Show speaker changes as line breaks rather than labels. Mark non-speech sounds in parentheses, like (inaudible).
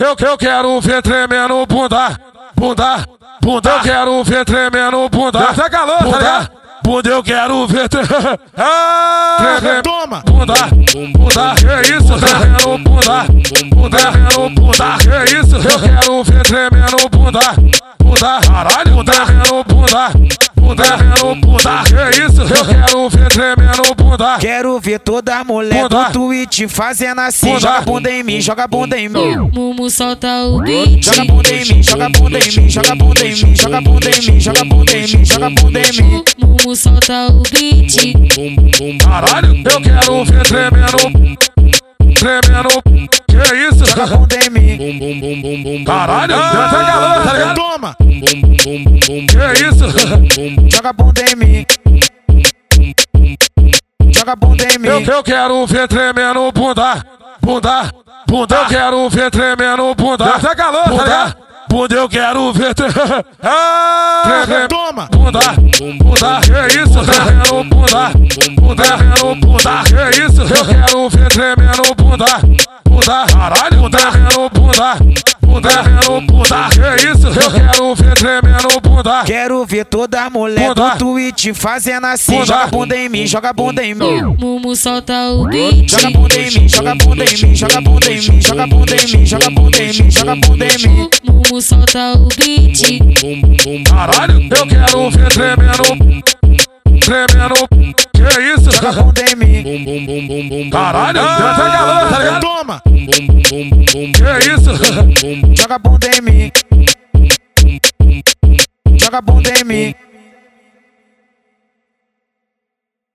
Eu, eu quero ver tremendo bunda, bunda, bunda. Eu quero ver tremendo bunda.
Deus é galã, tá
bunda,
ligado?
bunda. Eu quero ver tre- (laughs) tremendo
Toma!
bunda, bunda. É isso, tremendo bunda, bunda, tremendo bunda. É isso, eu quero ver tremendo bunda, bunda. Caralho, bunda, tremendo bunda, bunda, tremendo bunda. É isso, eu quero ver tremendo bunda.
Quero ver toda a mulher
Bunda.
do Twitch fazendo assim.
Bunda.
Joga bunda em mim, joga bunda em mim.
Mumu solta o beat.
Joga bunda em mim, joga bunda em mim, joga bunda em mim, joga bunda em mim, joga bunda em mim, joga bunda em mim.
Mumu solta o beat.
Caralho, eu quero ver tremendo. Tremendo. Que isso?
Joga bunda em mim.
Caralho, Deus é galã, tá
Ah,
ligado?
Toma!
Que isso?
Joga bunda em mim. Joga bunda em
Eu,
mim.
eu quero ver tremendo bunda. Bunda. Bunda. Eu quero ver tremendo bunda.
Deus é galã, tá
Bunda.
ligado?
Bunda, eu quero ver tre- (laughs)
Ah,
tremendo.
Toma!
Bunda. Bunda. Que isso? Tremendo bunda. Bunda. Tremendo bunda. Que isso? Eu quero ver tremendo bunda. Bunda. Caralho, tá. bunda. Tremendo bunda. Bunda. Tremendo bunda. Que isso? Eu quero ver tremendo bunda.
Quero ver toda a mulher
Bunda.
do Twitch fazendo assim.
Bunda.
Joga bunda em mim, joga bunda em mim.
Mumu solta o beat.
Joga bunda em mim, joga bunda em mim, joga bunda em mim, joga bunda em mim, joga bunda em mim, joga bunda em mim.
Mumu solta o beat.
Caralho, eu quero ver tremendo. Tremendo. Que isso?
Joga bunda em mim.
Caralho, Deus é galã, tá
Ah,
ligado?
Toma!
Que isso?
Joga bunda em mim. Joga bunda em mim.